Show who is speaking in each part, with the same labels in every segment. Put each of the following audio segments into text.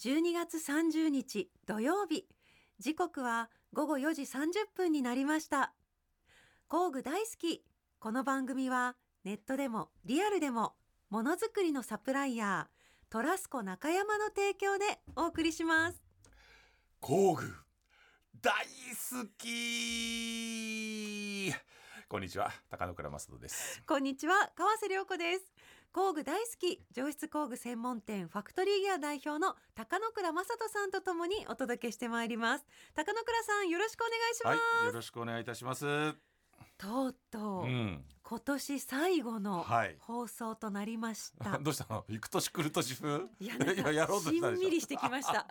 Speaker 1: 12月30日土曜日時刻は午後4時30分になりました工具大好きこの番組はネットでもリアルでもものづくりのサプライヤートラスコ中山の提供でお送りします
Speaker 2: 工具大好きこんにちは高野倉正人です
Speaker 1: こんにちは川瀬良子です工具大好き上質工具専門店ファクトリーギア代表の高野倉正人さんとともにお届けしてまいります高野倉さんよろしくお願いします、
Speaker 2: はいよろしくお願いいたしますう
Speaker 1: とうとう、
Speaker 2: ん
Speaker 1: 今年最後の
Speaker 2: はい
Speaker 1: 放送となりました、
Speaker 2: どうしたの行く年来る年風
Speaker 1: いやなん
Speaker 2: やろ
Speaker 1: か
Speaker 2: うと
Speaker 1: し
Speaker 2: したで
Speaker 1: んみり
Speaker 2: し
Speaker 1: してきました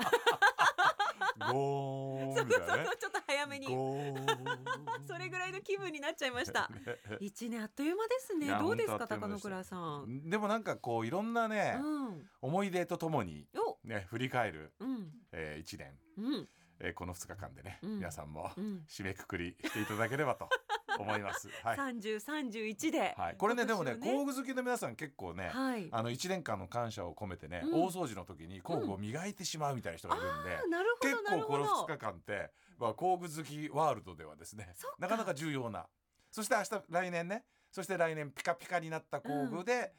Speaker 2: ょゴーンみたいなね
Speaker 1: ちょっと早めに
Speaker 2: ゴーン
Speaker 1: それぐらいの気分になっちゃいま した。一年あっという間です
Speaker 2: い
Speaker 1: ね。
Speaker 2: や
Speaker 1: どうですか、
Speaker 2: 本当あっ
Speaker 1: 高
Speaker 2: という間
Speaker 1: 野
Speaker 2: でした
Speaker 1: 倉さん。
Speaker 2: でもなんかこういろんなね、
Speaker 1: うん。
Speaker 2: 思い出とともに
Speaker 1: お、
Speaker 2: ね振り返る、
Speaker 1: うん、
Speaker 2: えー、一年、
Speaker 1: うん、
Speaker 2: えー、この二日間でね、
Speaker 1: うん
Speaker 2: 皆さんも
Speaker 1: うん
Speaker 2: 締めくくりしていただければと思います、はい
Speaker 1: 三十、三十一で。
Speaker 2: はい、これねでもね
Speaker 1: 今年を
Speaker 2: 工具好きの皆さん結構ね、
Speaker 1: はい
Speaker 2: あの1年間の感謝を込めてね、
Speaker 1: うん
Speaker 2: 大掃除の時に工具を磨いてしまうみたいな人がいるんで、
Speaker 1: あーなるほど、
Speaker 2: 結
Speaker 1: なる
Speaker 2: 構
Speaker 1: ほ
Speaker 2: この2
Speaker 1: ど。
Speaker 2: 日間って、まあ、工具好きワールドではですね
Speaker 1: そっか
Speaker 2: なかなか重要なそして明日来年ねそして来年ピカピカになった工具で、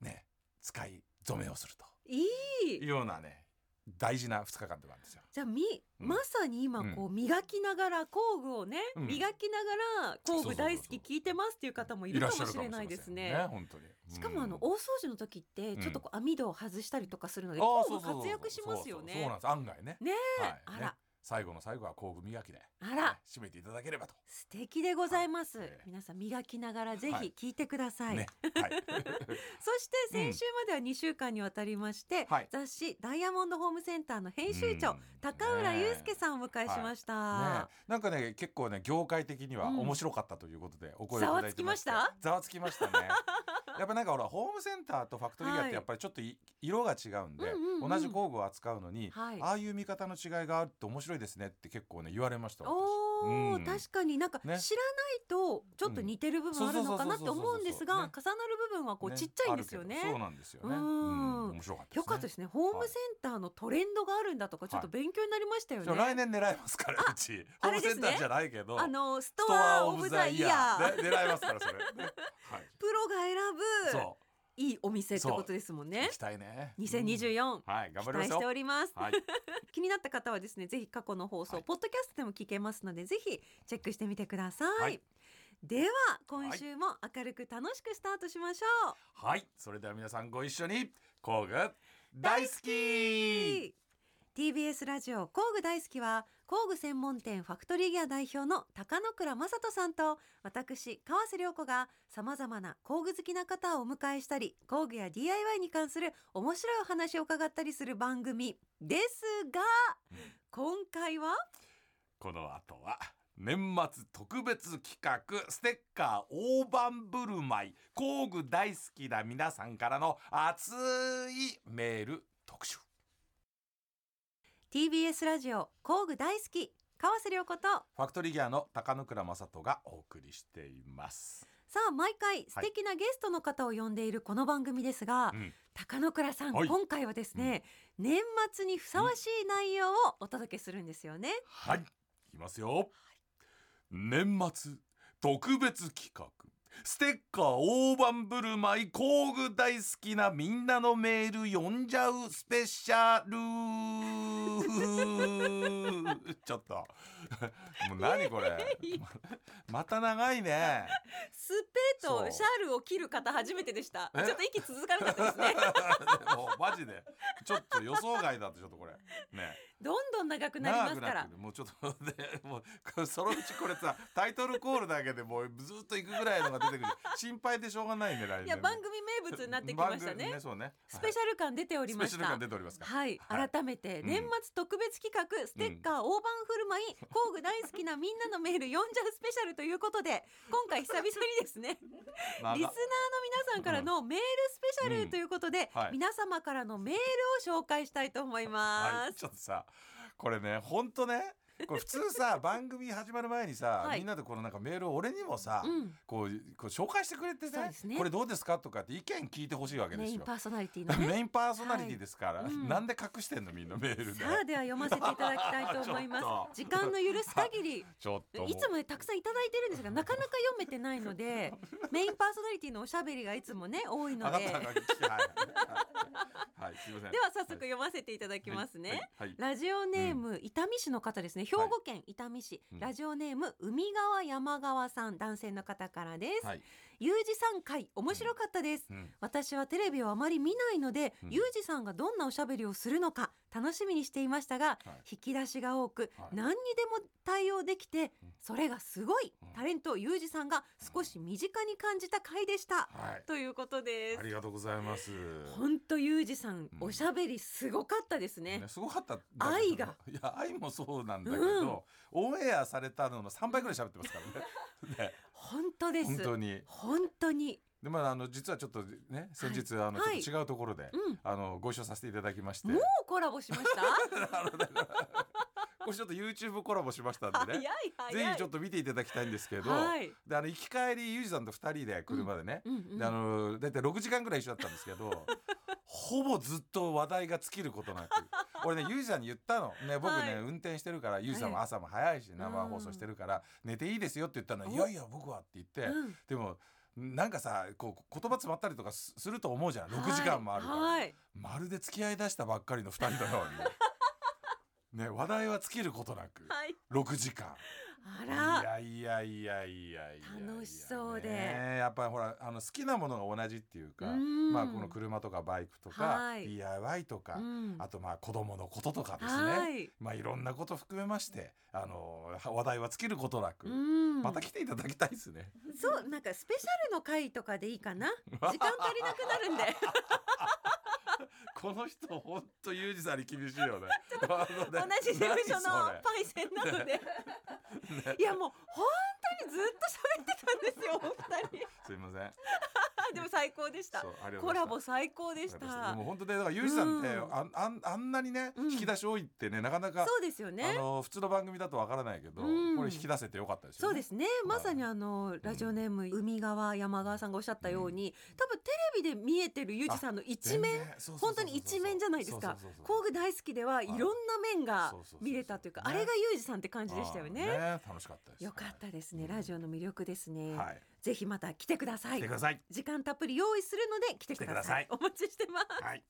Speaker 2: ね使い染めをすると
Speaker 1: い
Speaker 2: いう
Speaker 1: い。
Speaker 2: ようなね大事な2日間でもあるんですよ。
Speaker 1: じゃあ、み、
Speaker 2: うん
Speaker 1: まさに今こう磨きながら工具をね、
Speaker 2: うん
Speaker 1: 磨きながら工具大好き聞いてますっていう方もいる
Speaker 2: ら
Speaker 1: か
Speaker 2: っしゃ
Speaker 1: も
Speaker 2: る
Speaker 1: し
Speaker 2: か
Speaker 1: れ
Speaker 2: もしれ
Speaker 1: な
Speaker 2: ませ
Speaker 1: い
Speaker 2: ん
Speaker 1: です
Speaker 2: ね
Speaker 1: ね。
Speaker 2: 本当に
Speaker 1: しかもあの
Speaker 2: うん
Speaker 1: 大掃除の時ってちょっとこう網戸を外したりとかするので、
Speaker 2: あー
Speaker 1: 工
Speaker 2: そう
Speaker 1: 具
Speaker 2: そうそう
Speaker 1: 活躍しますよ
Speaker 2: そうそうそ
Speaker 1: ね
Speaker 2: うなん。です案外ね。
Speaker 1: ねえ、
Speaker 2: はい、
Speaker 1: あ
Speaker 2: ね
Speaker 1: ら。
Speaker 2: 最後の最後は工具磨きで、
Speaker 1: あら
Speaker 2: ね締めていただければと。
Speaker 1: 素敵でございます、
Speaker 2: はい
Speaker 1: 皆さん磨きながらぜ
Speaker 2: は
Speaker 1: ひ
Speaker 2: い
Speaker 1: 聞いてください、
Speaker 2: ね、はい、
Speaker 1: そして先週までは2週間にわたりまして、
Speaker 2: はい
Speaker 1: 雑誌ダイヤモンドホームセンターの編集長、
Speaker 2: うん
Speaker 1: 高浦祐介さんをお迎えしました、
Speaker 2: ね、なんかね結構ね業界的には
Speaker 1: うん
Speaker 2: 面白かったということで、お声をいただい
Speaker 1: ざわつき
Speaker 2: てして
Speaker 1: ました
Speaker 2: ざわつきま したねやっぱなんかほらホームセンターとファクトリーギアっ
Speaker 1: はい
Speaker 2: てやっぱりちょっとい色が違うんで、
Speaker 1: うんうんうん
Speaker 2: 同じ工具を扱うのに、
Speaker 1: はい
Speaker 2: ああいう見方の違いがあるって面白いですねって結構ね言われました
Speaker 1: おー
Speaker 2: うん
Speaker 1: 確かになんか知らな
Speaker 2: ね
Speaker 1: いとちょっと似てる部分あるのかなって思うんです
Speaker 2: うん
Speaker 1: が
Speaker 2: そう
Speaker 1: 重なる部分はこうちっちゃいんですよ
Speaker 2: あるけどそ
Speaker 1: ね
Speaker 2: うなんですよね
Speaker 1: う
Speaker 2: うんん面白かったですね
Speaker 1: よかったですねホームセンターのトレンドがあるんだとかちょっと勉強になりましたよ
Speaker 2: じ
Speaker 1: ね、
Speaker 2: ゃあ来年狙いますからうちホ
Speaker 1: あ
Speaker 2: ー
Speaker 1: れ
Speaker 2: ム
Speaker 1: で
Speaker 2: セ
Speaker 1: す
Speaker 2: ン
Speaker 1: ね
Speaker 2: ターじゃないけど
Speaker 1: あのスト
Speaker 2: スト
Speaker 1: ア
Speaker 2: ア
Speaker 1: オ
Speaker 2: オ
Speaker 1: ブ
Speaker 2: ブ
Speaker 1: ザ
Speaker 2: ザ
Speaker 1: イ
Speaker 2: イ
Speaker 1: ヤ
Speaker 2: ヤ
Speaker 1: ー
Speaker 2: ーね狙いますか らそれ、ねはい、
Speaker 1: プロが選ぶ
Speaker 2: そ
Speaker 1: いいお店ってことですもん
Speaker 2: う行
Speaker 1: ね
Speaker 2: き。たいね
Speaker 1: 2024、
Speaker 2: はい頑
Speaker 1: 期
Speaker 2: 張りま
Speaker 1: 待
Speaker 2: し
Speaker 1: し
Speaker 2: ょ
Speaker 1: てお
Speaker 2: う
Speaker 1: ります。
Speaker 2: はい
Speaker 1: 気になった方はですね、ぜひ過去の放送、
Speaker 2: はい
Speaker 1: ポッドキャストでも聞けますので、ぜひチェックしてみてください。
Speaker 2: はい
Speaker 1: では、今週も明るく楽しくスタートしましょう。
Speaker 2: はい、それでは皆さんご一緒に工具大好き
Speaker 1: TBS ラジオ工具大好きは工具専門店ファクトリーギア代表の高野倉正人さんと私川瀬良子がさまざまな工具好きな方をお迎えしたり工具や DIY に関する面白いお話を伺ったりする番組ですが今回は
Speaker 2: この後は年末特別企画ステッカー大盤振る舞い工具大好きな皆さんからの熱いメール特集
Speaker 1: TBS ラジオ工具大好き川瀬良子と
Speaker 2: ファクトリーギアの高野倉正人がお送りしています、
Speaker 1: さあ毎回素敵なゲストの方を呼んでいるこの番組ですが、
Speaker 2: うん
Speaker 1: 高野倉さん、
Speaker 2: はい
Speaker 1: 今回はですね、年末にふさわしい内容をお届けするんですよね、
Speaker 2: はい、いきますよ。年末特別企画。ステッカー大盤振る舞い工具大好きなみんなのメール読んじゃうスペシャル ちょっともう何これ また長いね
Speaker 1: スペとシャルを切る方初めてでしたち
Speaker 2: え
Speaker 1: ょっと息続かなかったです ね
Speaker 2: もうマジでちょっと予想外だってちょっとこれね
Speaker 1: どんどん長くなりますから
Speaker 2: 長くなってくるもうちょっとねもうこれそのうちこれさタイトルコールだけでもうずっと行くぐらいのが出てくる心配でしょうがないね来年
Speaker 1: いや番組名物になってきました
Speaker 2: 番組
Speaker 1: ね
Speaker 2: そうね
Speaker 1: スペシャル感出ておりまし
Speaker 2: スペシャル
Speaker 1: た
Speaker 2: 感出ておりますか
Speaker 1: はい、
Speaker 2: はい
Speaker 1: 改めて年末特別企画、ステッカー大盤振る舞い、工具大好きなみんなのメール読んじゃうスペシャルということで今回久々にですね
Speaker 2: 長
Speaker 1: リスナーの皆さんからのメールスペシャルということで、
Speaker 2: うんはい
Speaker 1: 皆様からのメールを紹介したいと思い
Speaker 2: は
Speaker 1: ま
Speaker 2: い
Speaker 1: す。
Speaker 2: ちょっとさこれねほんとねこれ普通さ番組始まる前にさ、
Speaker 1: はい
Speaker 2: みんなでこのなんかメールを俺にもさ、
Speaker 1: うん
Speaker 2: こうこう紹介してくれて
Speaker 1: そう
Speaker 2: ね
Speaker 1: ですね
Speaker 2: これどうですかとかって意見聞いてほしいわけで
Speaker 1: メ
Speaker 2: す
Speaker 1: イン
Speaker 2: よ
Speaker 1: パ。ーソナリティの
Speaker 2: メイン
Speaker 1: ね。
Speaker 2: パーソナリティですから、
Speaker 1: はいうん
Speaker 2: なんで隠してんのみんなメールで
Speaker 1: さあでは読ませていただきたいと思いま
Speaker 2: ちょっと
Speaker 1: す。時間の許す限 り。
Speaker 2: ちょっともう
Speaker 1: いつもねたくさんいただいてるんですがなかなか読めてないの でメインパーソナリティのおしゃべりがいつもね多いの
Speaker 2: あな
Speaker 1: で
Speaker 2: た
Speaker 1: で
Speaker 2: が
Speaker 1: は
Speaker 2: 聞きはいはい、はい、すいません
Speaker 1: 早速読ませていただきますね、
Speaker 2: はいはい
Speaker 1: ラジオネーム、伊丹市の方ですね兵庫県伊丹市、
Speaker 2: うん
Speaker 1: ラジオネーム海川山川さん男性の方からです、
Speaker 2: はい
Speaker 1: ゆうじさん会面白かったです、
Speaker 2: うん
Speaker 1: 私はテレビをあまり見ないので、
Speaker 2: うん
Speaker 1: ゆうじさんがどんなおしゃべりをするのか楽しみにしていましたが、
Speaker 2: はい
Speaker 1: 引き出しが多く、
Speaker 2: はい
Speaker 1: 何にでも対応できて
Speaker 2: うん
Speaker 1: それがすごい、
Speaker 2: うん
Speaker 1: タレントゆうじさんが少し身近に感じた回でした、
Speaker 2: はい
Speaker 1: ということで
Speaker 2: あ
Speaker 1: す
Speaker 2: りがとうございます。
Speaker 1: 本当ゆうじさん、
Speaker 2: うん
Speaker 1: おしゃべりすごかったですね
Speaker 2: ね、すごかったんだけど
Speaker 1: 愛が
Speaker 2: いや愛もそうなんだけど、オンエアされたのの3倍ぐらい喋ってますからねね
Speaker 1: 本当です
Speaker 2: 本当に
Speaker 1: 本当に
Speaker 2: でまああの実はちょっとね先日、あの
Speaker 1: はい
Speaker 2: ちょっと違うところで、
Speaker 1: うん
Speaker 2: あのご一緒させていただきまして
Speaker 1: もうコラボしました
Speaker 2: これちょっと YouTube コラボしましたん
Speaker 1: 早
Speaker 2: で
Speaker 1: い
Speaker 2: ね
Speaker 1: 早い
Speaker 2: ぜひちょっと見ていただきたいんですけど、
Speaker 1: はい、
Speaker 2: であの行き帰りゆうじさんと2人で車でね、
Speaker 1: うんうん
Speaker 2: であの大体6時間ぐらい一緒だったんです けどほぼずっと話題が尽きることなく俺ねゆうじさんに言ったの、ね、僕ね、
Speaker 1: はい
Speaker 2: 運転してるからゆうじさんも
Speaker 1: はい
Speaker 2: 朝も早いし生放送してるから、寝ていいですよって言ったの
Speaker 1: お
Speaker 2: にいやいや僕は」って言って、
Speaker 1: うん
Speaker 2: でもなんかさこう言葉詰まったりとかすすると思うじゃん6時間もあるから、
Speaker 1: はいはい
Speaker 2: まるで付き合いだしたばっかりの2人のよう にね話題は尽きることなく
Speaker 1: はい
Speaker 2: 6時間。
Speaker 1: あら
Speaker 2: いやいやいやいやいやいや
Speaker 1: 楽しそうで
Speaker 2: ねやっぱりほらあの好きなものが同じっていうか
Speaker 1: うん
Speaker 2: まあこの車とかバイクと
Speaker 1: は
Speaker 2: か
Speaker 1: い
Speaker 2: DIY とか、
Speaker 1: うん
Speaker 2: あとまあ子供のこととかです
Speaker 1: は
Speaker 2: ね
Speaker 1: い、
Speaker 2: まあいろんなこと含めましてあの話題は尽きることなく、
Speaker 1: うん
Speaker 2: また来ていただきたいですね。
Speaker 1: そうなんかスペシャルの回とかでいいかな時間足りなくなる んで
Speaker 2: この人本当ユージさんに厳しい よね。あの
Speaker 1: 同
Speaker 2: ね
Speaker 1: じ事務所の
Speaker 2: 何それ
Speaker 1: パイセンなのでいやもう本当にずっと喋ってたんですよお二人
Speaker 2: すいません。
Speaker 1: あでも最高でした
Speaker 2: そうありがとうございました
Speaker 1: コラボ最高でし
Speaker 2: で
Speaker 1: た
Speaker 2: も本当でだからユージさんって、
Speaker 1: うん
Speaker 2: あんあんあんなにね
Speaker 1: うん
Speaker 2: 引き出し多いってねなかなか
Speaker 1: そうですよね
Speaker 2: あの普通の番組だとわからないけど、
Speaker 1: うん
Speaker 2: これ引き出せてよかったですよね。
Speaker 1: そうですねまさにあのラジオネーム海川山川さんがおっしゃったように多分テレビで見えてるゆうじさんの一面本当に一面じゃないですか工具大好きではいろんな面が
Speaker 2: そうそうそうそう
Speaker 1: 見れたというかあ
Speaker 2: ね
Speaker 1: れがゆうじさんって感
Speaker 2: 感
Speaker 1: じでしたよね
Speaker 2: 楽しかったです。
Speaker 1: よかったですね、
Speaker 2: うん
Speaker 1: ラジオの魅力ですね、
Speaker 2: はい。
Speaker 1: ぜひまた来てくださ
Speaker 2: 来
Speaker 1: い
Speaker 2: てください。
Speaker 1: 時間たっぷり用意するので来てください
Speaker 2: 来
Speaker 1: お
Speaker 2: てください
Speaker 1: 待ちしてます、
Speaker 2: はい。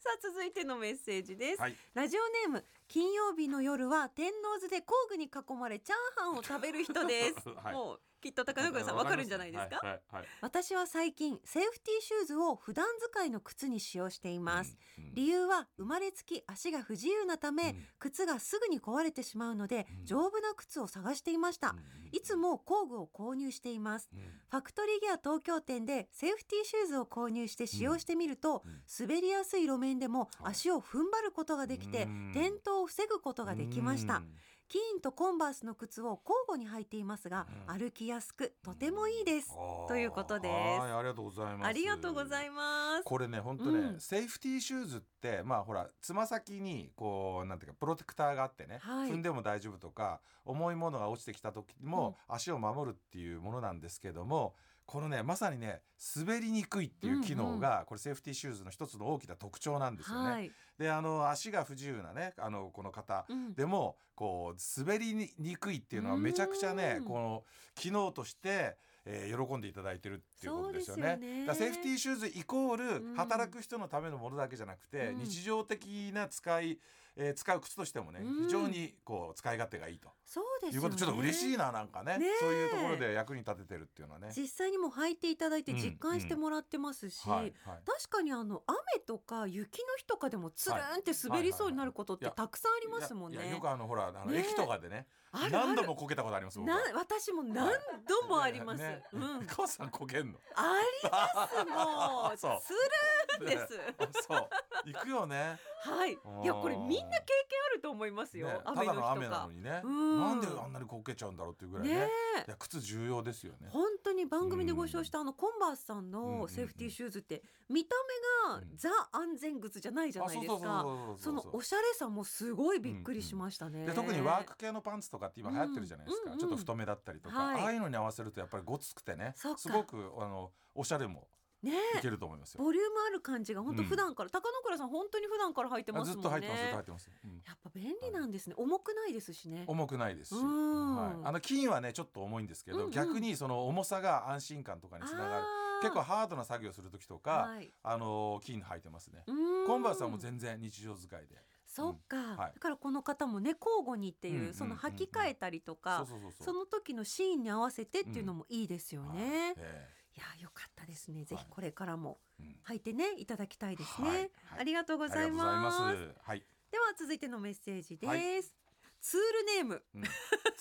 Speaker 1: さあ続いてのメッセージです、
Speaker 2: はい。
Speaker 1: ラジオネーム金曜日の夜は天王寺で工具に囲まれチャーハンを食べる人です、
Speaker 2: はい
Speaker 1: もうきっと高野さんわかるんじゃないですか、
Speaker 2: はいはいはい。
Speaker 1: 私は最近セーフティーシューズを普段使いの靴に使用しています、
Speaker 2: うん。うん
Speaker 1: 理由は生まれつき足が不自由なため、
Speaker 2: うん
Speaker 1: 靴がすぐに壊れてしまうので、
Speaker 2: うん
Speaker 1: 丈夫な靴を探していました、いつも工具を購入しています
Speaker 2: うん
Speaker 1: ファクトリーギア東京店でセーフティーシューズを購入して使用してみると、
Speaker 2: うん
Speaker 1: 滑りやすい路面でも
Speaker 2: はい
Speaker 1: 足を踏ん張ることができて、
Speaker 2: うん
Speaker 1: 転倒を防ぐことができました、
Speaker 2: うん
Speaker 1: キーンとコンバースの靴を交互に履いていますが、
Speaker 2: うん
Speaker 1: 歩きやすくとてもいいです、
Speaker 2: あー
Speaker 1: ということです
Speaker 2: はいありがとうございます。
Speaker 1: ありがとうございます
Speaker 2: これね本当ね、
Speaker 1: うん
Speaker 2: セーフティーシューズってまあほらつま先にこうなんていうかプロテクターがあってね、
Speaker 1: はい
Speaker 2: 踏んでも大丈夫とか重いものが落ちてきた時も足を守るっていうものなんですけども、このねまさにね滑りにくいっていう機能が、これセーフティーシューズの一つの大きな特徴なんですよね。
Speaker 1: はい、
Speaker 2: であの足が不自由なねあのこの方
Speaker 1: うん
Speaker 2: でもこう滑りにくいっていうのはめちゃくちゃね
Speaker 1: うん
Speaker 2: この機能として、えー喜んでいただいてるっていうことですよね。
Speaker 1: そうですよね
Speaker 2: だからセーフティーシューズイコー
Speaker 1: うん
Speaker 2: ル働く人のためのものだけじゃなくて、
Speaker 1: うん
Speaker 2: 日常的な使い、えー使う靴としてもね
Speaker 1: うん
Speaker 2: 非常にこう使い勝手がいいと
Speaker 1: そうです
Speaker 2: い
Speaker 1: よ
Speaker 2: うこと
Speaker 1: ね
Speaker 2: ちょっと嬉しいななんかね
Speaker 1: ねえ
Speaker 2: そういうところで役に立ててるっていうのはね。
Speaker 1: 実際にも履いていただいて
Speaker 2: うん
Speaker 1: 実感してもらってますし、
Speaker 2: はいはい
Speaker 1: 確かにあの雨とか雪の日とかでもつるんって滑りそうになることっ
Speaker 2: い
Speaker 1: て
Speaker 2: や
Speaker 1: たくさんありますもんね。
Speaker 2: いやいやよくあのほらあの
Speaker 1: ねえ
Speaker 2: 駅とかでね
Speaker 1: あるある
Speaker 2: 何度もこけたことあります僕
Speaker 1: な
Speaker 2: は
Speaker 1: 私も何度もあります。
Speaker 2: ね
Speaker 1: うん、
Speaker 2: 母さんこけんの
Speaker 1: ありますもう。
Speaker 2: そう
Speaker 1: つるんです。
Speaker 2: あそう行くよね
Speaker 1: はい
Speaker 2: あー
Speaker 1: いやこれみんな経験あると思いますよ、
Speaker 2: ねた
Speaker 1: 雨の日と
Speaker 2: だの
Speaker 1: か
Speaker 2: 雨なのにね
Speaker 1: うん
Speaker 2: なんであんなにこけちゃうんだろうっていうぐらいね
Speaker 1: ね
Speaker 2: いや靴重要ですよね
Speaker 1: 本当に番組でご一緒したあのコンバースさん
Speaker 2: うんうんう
Speaker 1: の
Speaker 2: ん
Speaker 1: セーフティーシューズって見た目が
Speaker 2: うん
Speaker 1: ザ安全靴じゃないじゃないですか
Speaker 2: あ
Speaker 1: そ
Speaker 2: そうそうそうそう
Speaker 1: の
Speaker 2: そう
Speaker 1: おしゃれさもすごいびっくりしましたね、
Speaker 2: で特にワーク系のパンツとかって今流行ってるじゃないですか、
Speaker 1: うんうん
Speaker 2: ちょっと太めだったりとか、
Speaker 1: はい
Speaker 2: ああいうのに合わせるとやっぱりごつくてね
Speaker 1: そっか
Speaker 2: すごくあのおしゃれも
Speaker 1: ね
Speaker 2: いけると思いますよ、
Speaker 1: ボリュームある感じが本当
Speaker 2: うん
Speaker 1: 普段から、高野倉さん本当に普段から履いて
Speaker 2: あ
Speaker 1: ます
Speaker 2: ず
Speaker 1: も
Speaker 2: っ
Speaker 1: んね
Speaker 2: と入ってますずっと入ってます、うん
Speaker 1: やっぱ便利なんですね重くないですしね
Speaker 2: 重くないですし、
Speaker 1: うん
Speaker 2: はい、あの金はねちょっと重いんですけど、
Speaker 1: うんうん
Speaker 2: 逆にその重さが安心感とかにつながる
Speaker 1: あー
Speaker 2: 結構ハードな作業する時とか、
Speaker 1: はい
Speaker 2: あの金履いてますね、
Speaker 1: うーん
Speaker 2: コンバースはもう全然日常使いで
Speaker 1: そっか、
Speaker 2: はい
Speaker 1: だからこの方もね交互にっていう,、
Speaker 2: うんうん
Speaker 1: その履き替えたりとか、
Speaker 2: そうそうそう
Speaker 1: その時のシーンに合わせてっていうのもいいですよね。
Speaker 2: はい
Speaker 1: い
Speaker 2: え
Speaker 1: やよかったですね。ぜ
Speaker 2: は
Speaker 1: ひ
Speaker 2: い
Speaker 1: これからも
Speaker 2: えうん
Speaker 1: 履いてねいただきたいですね。
Speaker 2: はいはい
Speaker 1: ありがとうございます。
Speaker 2: ありがとうございますはい、
Speaker 1: では続いてのメッセージです。
Speaker 2: はい
Speaker 1: ツールネーム
Speaker 2: うん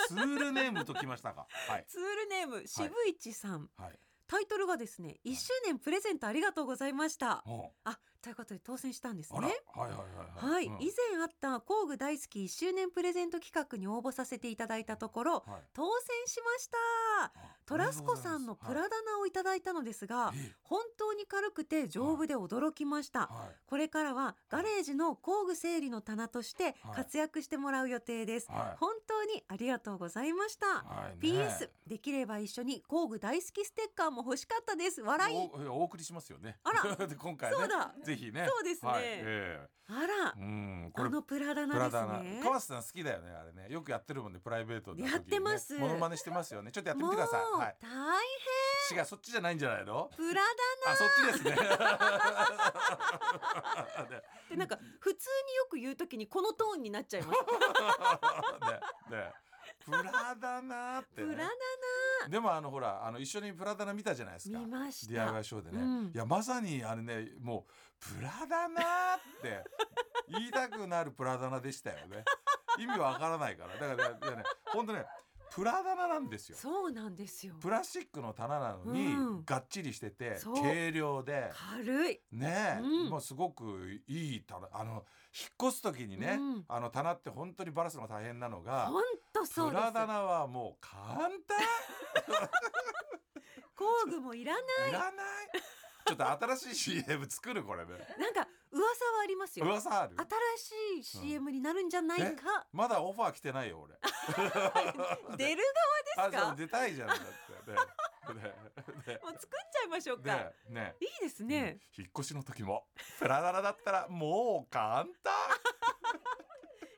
Speaker 2: ツールネームときましたかはい
Speaker 1: ツールネーム渋市さん、
Speaker 2: はい
Speaker 1: タイトルがですね1周年プレゼントありがとうございました。
Speaker 2: おう
Speaker 1: あということで当選したんです
Speaker 2: あら、
Speaker 1: ね。
Speaker 2: はいはいはい
Speaker 1: はい、
Speaker 2: うん
Speaker 1: 以前あった工具大好き1周年プレゼント企画に応募させていただいたところ
Speaker 2: はい
Speaker 1: 当選しましたトラスコさんのプラダナをいただいたのですが
Speaker 2: え
Speaker 1: 本当に軽くて丈夫で驚きました
Speaker 2: は
Speaker 1: これからはガレージの工具整理の棚として
Speaker 2: はい
Speaker 1: 活躍してもらう予定です
Speaker 2: いはい
Speaker 1: 本当にありがとうございました
Speaker 2: はいね
Speaker 1: PS できれば一緒に工具大好きステッカーも欲しかったです笑い
Speaker 2: おお送りしますよね
Speaker 1: あら
Speaker 2: で今回ね
Speaker 1: そうだ
Speaker 2: ぜひね
Speaker 1: そうですね
Speaker 2: はいえ
Speaker 1: あら
Speaker 2: えうんこ
Speaker 1: あ
Speaker 2: れ
Speaker 1: のプラダ
Speaker 2: プ
Speaker 1: ナ
Speaker 2: ラ
Speaker 1: で
Speaker 2: ダナ
Speaker 1: すね
Speaker 2: 川瀬さん好きだよねあれねよくやってるもんねプライベートの時にね
Speaker 1: やってます
Speaker 2: モノマネしてますよねちょっとやってみ
Speaker 1: もう
Speaker 2: てくださいは
Speaker 1: 大
Speaker 2: い違うそっちじゃないんじゃないの
Speaker 1: プラダナ
Speaker 2: あそっちですね
Speaker 1: ってなんか普通によく言うときにこのトーンになっちゃいます。
Speaker 2: ねねプラダナって
Speaker 1: プ
Speaker 2: ね
Speaker 1: ラダ
Speaker 2: でもあのほらあの一緒にプラダナ見たじゃないですか
Speaker 1: 見ました
Speaker 2: DIY ショーでね、
Speaker 1: うん
Speaker 2: いやまさにあれねもうプラダナーって言いたくなるプラダナでしたよ ね意味わからないからだからいやね本当ねプラダナなんですよ
Speaker 1: そうなんですよ。
Speaker 2: プラスチックの棚なのに、
Speaker 1: うん
Speaker 2: がっちりしてて
Speaker 1: そう
Speaker 2: 軽量で
Speaker 1: 軽い。
Speaker 2: ねえ、
Speaker 1: うん
Speaker 2: もうすごくいい棚あの引っ越す時にね、
Speaker 1: うん
Speaker 2: あの棚って本当にバラすのが大変なのが
Speaker 1: 本当そう
Speaker 2: プ
Speaker 1: で
Speaker 2: ラダ
Speaker 1: す。
Speaker 2: ナはもう簡単
Speaker 1: 工具もいらない。
Speaker 2: い らないちょっと新しい CM 作るこれね
Speaker 1: なんか噂はありますよ。
Speaker 2: 噂ある
Speaker 1: 新しい CM になるんじゃないか。
Speaker 2: まだオファー来てないよ俺
Speaker 1: 出る
Speaker 2: あ
Speaker 1: すか
Speaker 2: そう出たいじゃんだってねね
Speaker 1: 側も作っちゃいましょう
Speaker 2: ね
Speaker 1: か。
Speaker 2: ねね
Speaker 1: いいですね。
Speaker 2: うん引っ越しの時もプラダラだったらもう簡単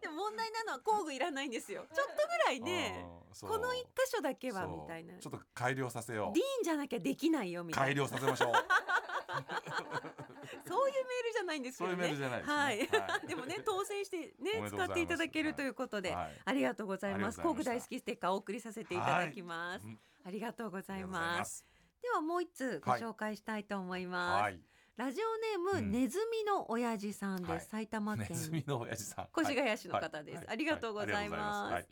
Speaker 1: でも問題なのは工具いらないんですよ。ちょっとぐらいね。
Speaker 2: うんそう
Speaker 1: この一箇所だけは
Speaker 2: そう
Speaker 1: みたいな。デ
Speaker 2: ちょっと改良させよ
Speaker 1: ィー
Speaker 2: う
Speaker 1: ンじゃなきゃできないよみたい
Speaker 2: 改
Speaker 1: な。
Speaker 2: 良させましょう
Speaker 1: そういうメールじゃないんですけ
Speaker 2: そう
Speaker 1: どね。
Speaker 2: いうメールじゃないですね
Speaker 1: はい
Speaker 2: は。い
Speaker 1: でもね当選して
Speaker 2: お
Speaker 1: ね
Speaker 2: めでとうござ
Speaker 1: 使
Speaker 2: います
Speaker 1: っていただけるということで、
Speaker 2: はい
Speaker 1: ありがとうございます。
Speaker 2: ありがと
Speaker 1: 工
Speaker 2: うご
Speaker 1: 具
Speaker 2: ざい
Speaker 1: 大
Speaker 2: ました
Speaker 1: 好きステッカーお送りさせていただきます。
Speaker 2: うん
Speaker 1: ありがとうござい
Speaker 2: ありがとうござい
Speaker 1: ま。
Speaker 2: ますす
Speaker 1: ではもう一つご紹介したいと思います。
Speaker 2: はい
Speaker 1: ラジオネーム、
Speaker 2: うん
Speaker 1: ネズミの親父さんです。
Speaker 2: はい
Speaker 1: 埼玉
Speaker 2: ネ
Speaker 1: 県
Speaker 2: ズミの親父さん
Speaker 1: 越谷市の方です、
Speaker 2: はい
Speaker 1: ありがとうございます。
Speaker 2: はい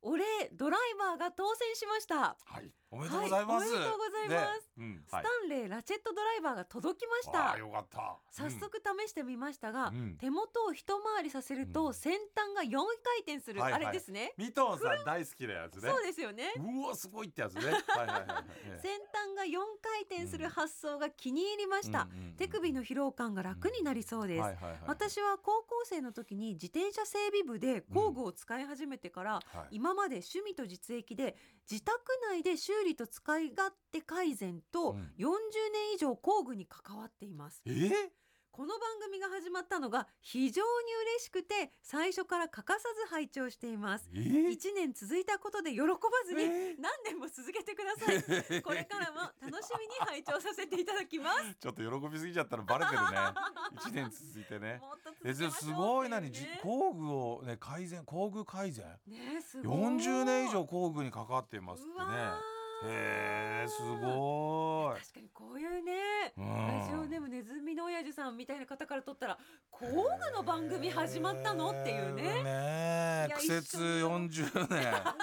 Speaker 1: お礼ドライバーが当選しました。
Speaker 2: はいおめでとうございます
Speaker 1: はいおめでとうございます
Speaker 2: ねうん
Speaker 1: ス
Speaker 2: は
Speaker 1: タ
Speaker 2: い
Speaker 1: ンレーラチェットドライバーが届きました。
Speaker 2: あーよかった
Speaker 1: 早速試してみましたが、
Speaker 2: うん
Speaker 1: 手元を一回りさせる
Speaker 2: う
Speaker 1: と
Speaker 2: ん
Speaker 1: 先端が4回転する、
Speaker 2: はいはい
Speaker 1: あれですね
Speaker 2: ミトンさん大好きなやつね
Speaker 1: そうですよね
Speaker 2: うわすごいっ てやつねはいはいはいはいええ
Speaker 1: 先端が4回転する発想が気に入りました、
Speaker 2: うんうんうん
Speaker 1: 手首の疲労感が楽になりそうです、
Speaker 2: はいはいはい
Speaker 1: 私は高校生の時に自転車整備部で工具を使い始めてから、
Speaker 2: はい
Speaker 1: 今まで趣味と実益で自宅内で修理と使い勝手改善と40
Speaker 2: うん
Speaker 1: 年以上工具に関わっています
Speaker 2: えー
Speaker 1: この番組が始まったのが非常に嬉しくて最初から欠かさず拝聴しています
Speaker 2: え
Speaker 1: 1
Speaker 2: ー
Speaker 1: 年続いたことで喜ばずに
Speaker 2: え
Speaker 1: 何年も続けてくださ いこれからも楽しみに拝聴させていただきます
Speaker 2: ちょっと喜びすぎちゃったらバレてる ね 一年続いてね
Speaker 1: もっと続け
Speaker 2: え
Speaker 1: ましょう
Speaker 2: すごい
Speaker 1: って
Speaker 2: 何
Speaker 1: う
Speaker 2: じ
Speaker 1: ね
Speaker 2: 工具をね改善工具改善
Speaker 1: ねすごい
Speaker 2: 40年以上工具に関わっていますって
Speaker 1: うわ
Speaker 2: ね
Speaker 1: ー
Speaker 2: へえすごい
Speaker 1: 確かにこういうね
Speaker 2: うん
Speaker 1: ラジオネームネズミの親父さんみたいな方から撮ったら工具の番組始まったのっていう
Speaker 2: ね
Speaker 1: ね
Speaker 2: え
Speaker 1: いや
Speaker 2: 苦節40年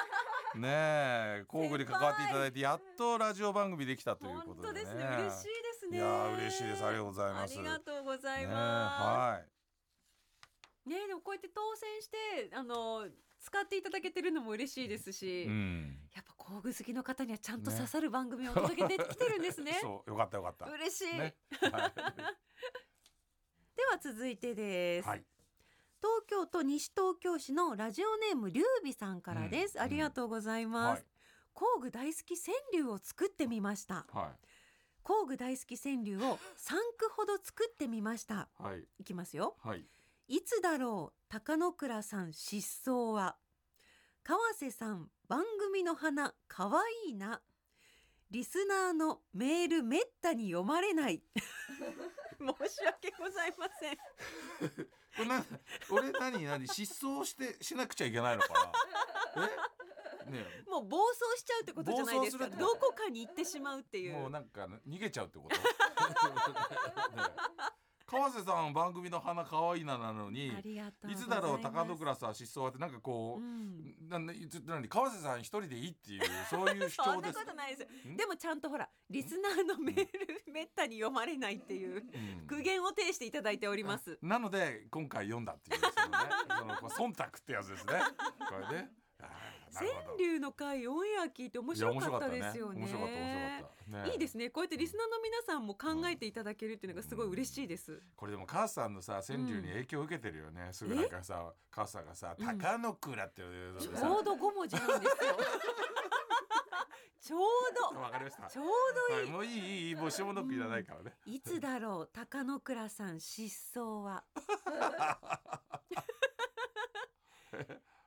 Speaker 2: ねえ工具に関わっていただいてやっとラジオ番組できたという
Speaker 1: 本
Speaker 2: こと
Speaker 1: 当
Speaker 2: でね
Speaker 1: ですね嬉しいですね
Speaker 2: いやー嬉しいですありがとうございま
Speaker 1: あ
Speaker 2: す
Speaker 1: りがとうござい
Speaker 2: ねえ
Speaker 1: ます
Speaker 2: はい
Speaker 1: ねえでもこうやって当選してあの使っていただけてるのも嬉しいですし、
Speaker 2: うん、
Speaker 1: やっぱ工具好きの方にはちゃんと
Speaker 2: ね
Speaker 1: 刺さる番組をお届けできてるんですね。
Speaker 2: そうよかったよかった。
Speaker 1: 嬉しい、
Speaker 2: ね、は
Speaker 1: では続いてで
Speaker 2: い、
Speaker 1: す、
Speaker 2: はい、
Speaker 1: 東京都西東京市のラジオネームリュウビさんからです、
Speaker 2: うん
Speaker 1: ありがとうございます、
Speaker 2: はい、
Speaker 1: 工具大好き川柳を作ってみました
Speaker 2: は
Speaker 1: 工具大好き川柳 を3句ほど作ってみました
Speaker 2: い、はい、
Speaker 1: いきますよ
Speaker 2: はい、
Speaker 1: いつだろう高野倉さん失踪は川瀬さん番組の花かわいいなリスナーのメールめったに読まれない 申し訳ございません
Speaker 2: これな、俺何何失踪してしなくちゃいけないの かな。え、ね
Speaker 1: もう暴走しちゃうってことじゃないですか
Speaker 2: 暴走するって
Speaker 1: どこかに行ってしまうってい
Speaker 2: え、
Speaker 1: う
Speaker 2: もうなんか逃げちゃうってこと。ね え川瀬さん番組の花可愛いななのに、
Speaker 1: ありがとう
Speaker 2: い
Speaker 1: ございます
Speaker 2: つだろう高野倉さん失踪はってなんかこ
Speaker 1: う
Speaker 2: う。
Speaker 1: ん
Speaker 2: なんでいつ何川瀬さん一人でいいっ ていうそういう主
Speaker 1: そ
Speaker 2: 張
Speaker 1: んな
Speaker 2: で
Speaker 1: こ
Speaker 2: すか
Speaker 1: とないです
Speaker 2: ん
Speaker 1: でもちゃんとほらリスナーのメールめったに読まれないっていう
Speaker 2: うん
Speaker 1: 苦言を呈していただいております
Speaker 2: なので今回読んだっていうそのねそのこう忖度ってやつですねこれねあーな
Speaker 1: 川
Speaker 2: るほど
Speaker 1: 柳の会オンエア聞いて面
Speaker 2: いや
Speaker 1: 白かったですよね
Speaker 2: 面白かった面白かった
Speaker 1: いいです
Speaker 2: ね
Speaker 1: ねこうやってリスナーの皆さんも考えていただけるっていうのがすごい嬉しいです
Speaker 2: これでも母さんのさ川柳に影響を受けてるよね、すぐなんかさ母さんがさ「
Speaker 1: うん
Speaker 2: 高野倉」っていうの
Speaker 1: ち
Speaker 2: で
Speaker 1: ょ
Speaker 2: さ
Speaker 1: うど5文字なんですよ ちょう
Speaker 2: わかりました
Speaker 1: どちょうど
Speaker 2: はいい、もういいいいいいもう下の句いらないからね、
Speaker 1: いいつだろう高野倉さん失踪は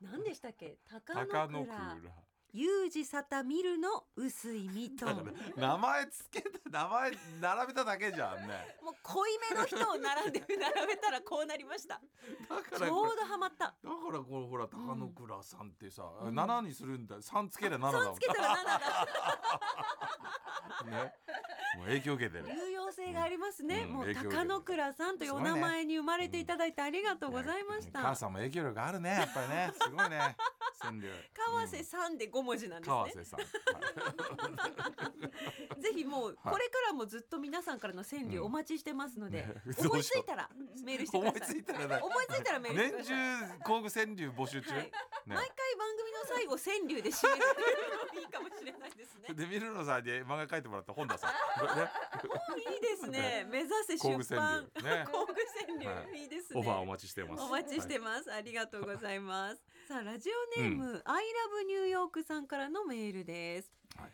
Speaker 1: 何でしたっけ高野倉
Speaker 2: 高野倉
Speaker 1: ユージサタミルの薄いミトン。
Speaker 2: だ
Speaker 1: も
Speaker 2: か
Speaker 1: う
Speaker 2: ら名前つけた名前並べただけじゃんね
Speaker 1: 濃いめの人を並んで並べたらこうなりました。
Speaker 2: だか
Speaker 1: ちょ
Speaker 2: ら
Speaker 1: う
Speaker 2: これ
Speaker 1: どハマった。
Speaker 2: だからこれほら高野倉さんってさ、
Speaker 1: うん
Speaker 2: 7にするんだ3つけりゃ7だもん
Speaker 1: 3つけたら7だ。
Speaker 2: ね、もう影響受けてる。
Speaker 1: 有用性がありますね。
Speaker 2: うん
Speaker 1: もう
Speaker 2: 影響力
Speaker 1: 高野倉さんというお名前に生まれていただいてありがとうございました。
Speaker 2: 母さんも影響力あるね、やっぱりね、すごいね。川柳。
Speaker 1: 川瀬
Speaker 2: うん
Speaker 1: さんで5文字なんです
Speaker 2: 川
Speaker 1: ね。
Speaker 2: 瀬さん。は
Speaker 1: ぜひもう
Speaker 2: はい
Speaker 1: これからもずっと皆さんからの川柳
Speaker 2: うん
Speaker 1: お待ちしてますので、
Speaker 2: ね
Speaker 1: 思いついたらメールしてく
Speaker 2: 思
Speaker 1: だ
Speaker 2: い
Speaker 1: さい。
Speaker 2: つ
Speaker 1: 思い
Speaker 2: いたらね。
Speaker 1: ついたらメールしてく
Speaker 2: 年
Speaker 1: だ
Speaker 2: 中
Speaker 1: さい。
Speaker 2: 工具川柳募集中。
Speaker 1: はい
Speaker 2: ね。
Speaker 1: 毎回番組の最後川柳で締めるというのもいいかもしれないですね。
Speaker 2: で、ミルノさんに漫画書いてもらった本 田さん。ね
Speaker 1: いいですね。目指せ
Speaker 2: 工具
Speaker 1: 出版
Speaker 2: 川。柳。ね。
Speaker 1: 工具川柳、
Speaker 2: はい
Speaker 1: い、いですね。
Speaker 2: オファーお待ちしてます。
Speaker 1: お待ちし
Speaker 2: は
Speaker 1: てます、ありがとうございます。さあ、ラジオネーム、アイラブニューヨークさんからのメールです。
Speaker 2: はい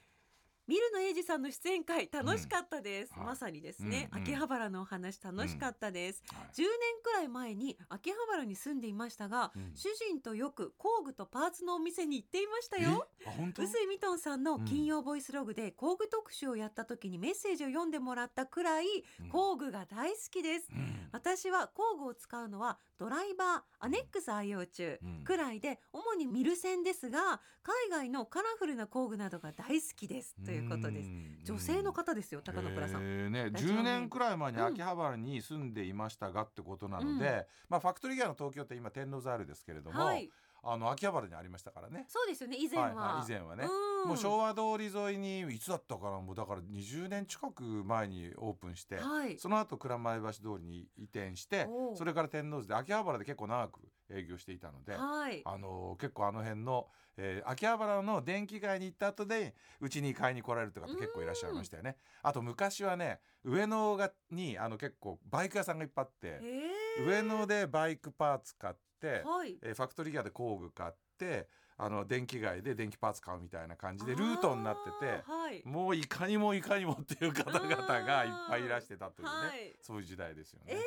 Speaker 1: ミルノエイジさんの出演会楽しかったです、
Speaker 2: うんはい
Speaker 1: まさにですね、
Speaker 2: うんうん
Speaker 1: 秋葉原のお話楽しかったです、
Speaker 2: い。はい
Speaker 1: 10年くらい前に秋葉原に住んでいましたが、
Speaker 2: うん
Speaker 1: 主人とよく工具とパーツのお店に行っていましたよ
Speaker 2: えあ、本当。
Speaker 1: 臼井ミトンさんの金曜ボイスログで工具特集をやった時にメッセージを読んでもらったくらい
Speaker 2: うん
Speaker 1: 工具が大好きです
Speaker 2: うん
Speaker 1: 私は工具を使うのはドライバーアネックス愛用中
Speaker 2: うん
Speaker 1: くらいで主にミル線ですが海外のカラフルな工具などが大好きですということです
Speaker 2: ん
Speaker 1: 女性の方ですよ高野倉さん
Speaker 2: えーね、
Speaker 1: ラジオネーム
Speaker 2: 10年くらい前に
Speaker 1: うん
Speaker 2: 秋葉原に住んでいましたがってことなので、
Speaker 1: う
Speaker 2: まあ、ファクトリーギアの東京って今天王洲あるですけれども、
Speaker 1: はい
Speaker 2: あの秋葉原にありましたからね。
Speaker 1: そうですよね以前は、
Speaker 2: はいはい以前はね、
Speaker 1: うん
Speaker 2: もう昭和通り沿いにいつだったかなもうだから20年近く前にオープンして、
Speaker 1: はい
Speaker 2: その後蔵前橋通りに移転して
Speaker 1: おう
Speaker 2: それから天王洲で秋葉原で結構長く営業していたので。
Speaker 1: はい
Speaker 2: あのー結構あの辺の、えー秋葉原の電気街に行った後でうちに買いに来られるとかって結構いらっしゃいましたよね。あと昔はね上野がにあの結構バイク屋さんがいっぱいあって、
Speaker 1: えー
Speaker 2: 上野でバイクパーツ買って、
Speaker 1: はい
Speaker 2: えーファクトリーギアで工具買ってあの電気街で電気パーツ買うみたいな感じでルートになってて
Speaker 1: あ。ーはい
Speaker 2: もういかにもいかにもっていう方々がいっぱいいらしてたというね、
Speaker 1: はい
Speaker 2: そういう時代ですよね。
Speaker 1: えー